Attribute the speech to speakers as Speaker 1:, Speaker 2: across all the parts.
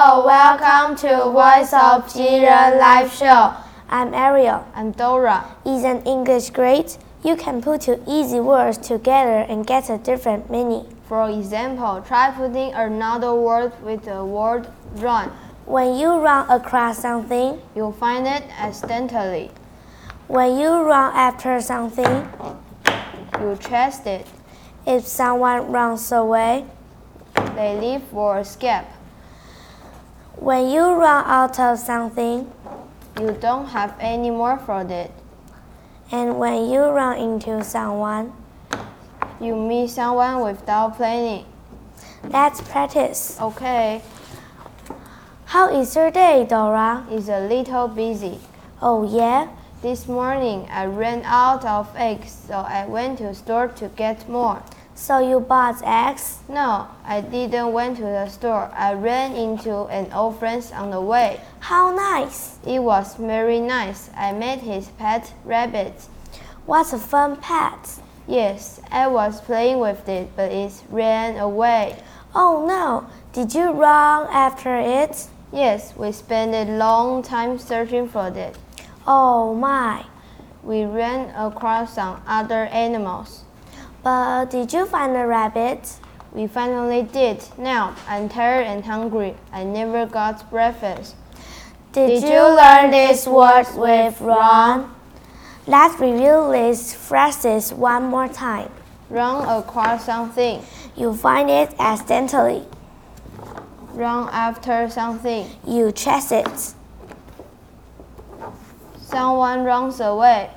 Speaker 1: Welcome to Voice of Jiren live show.
Speaker 2: I'm Ariel.
Speaker 1: I'm Dora.
Speaker 2: Isn't English great? You can put two easy words together and get a different meaning.
Speaker 1: For example, try putting another word with the word run.
Speaker 2: When you run across something,
Speaker 1: You'll find it accidentally.
Speaker 2: when you run after something,
Speaker 1: You chase it.
Speaker 2: if someone runs away,
Speaker 1: They leave for escape.
Speaker 2: when you run out of something,
Speaker 1: You don't have any more for it.
Speaker 2: and when you run into someone,
Speaker 1: You meet someone without planning.
Speaker 2: that's practice.
Speaker 1: Okay,
Speaker 2: How is your day, Dora?
Speaker 1: it's a little busy.
Speaker 2: Oh yeah?
Speaker 1: This morning I ran out of eggs, so I went to store to get more.
Speaker 2: So you bought eggs?
Speaker 1: No, I didn't went to the store. I ran into an old friend on the way.
Speaker 2: How nice!
Speaker 1: It was very nice. I met his pet rabbit.
Speaker 2: What a fun pet!
Speaker 1: Yes, I was playing with it, but it ran away.
Speaker 2: Oh no, did you run after it?
Speaker 1: Yes, we spent a long time searching for it.
Speaker 2: Oh my,
Speaker 1: We ran across some other animals.
Speaker 2: but did you find a rabbit?
Speaker 1: We finally did. Now I'm tired and hungry. I never got breakfast.
Speaker 2: Did,
Speaker 1: you learn these words with Ron?
Speaker 2: Let's review these phrases one more time.
Speaker 1: Run across something.
Speaker 2: You find it accidentally.
Speaker 1: Run after something.
Speaker 2: You chase it.
Speaker 1: Someone runs away.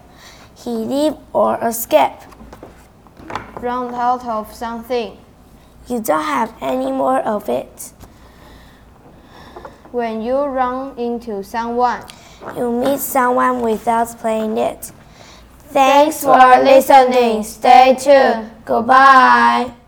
Speaker 2: He leave or escape.
Speaker 1: Run out of something.
Speaker 2: You don't have any more of it.
Speaker 1: When you run into someone.
Speaker 2: You meet someone without playing it.
Speaker 1: Thanks for listening. Stay tuned.
Speaker 2: Goodbye.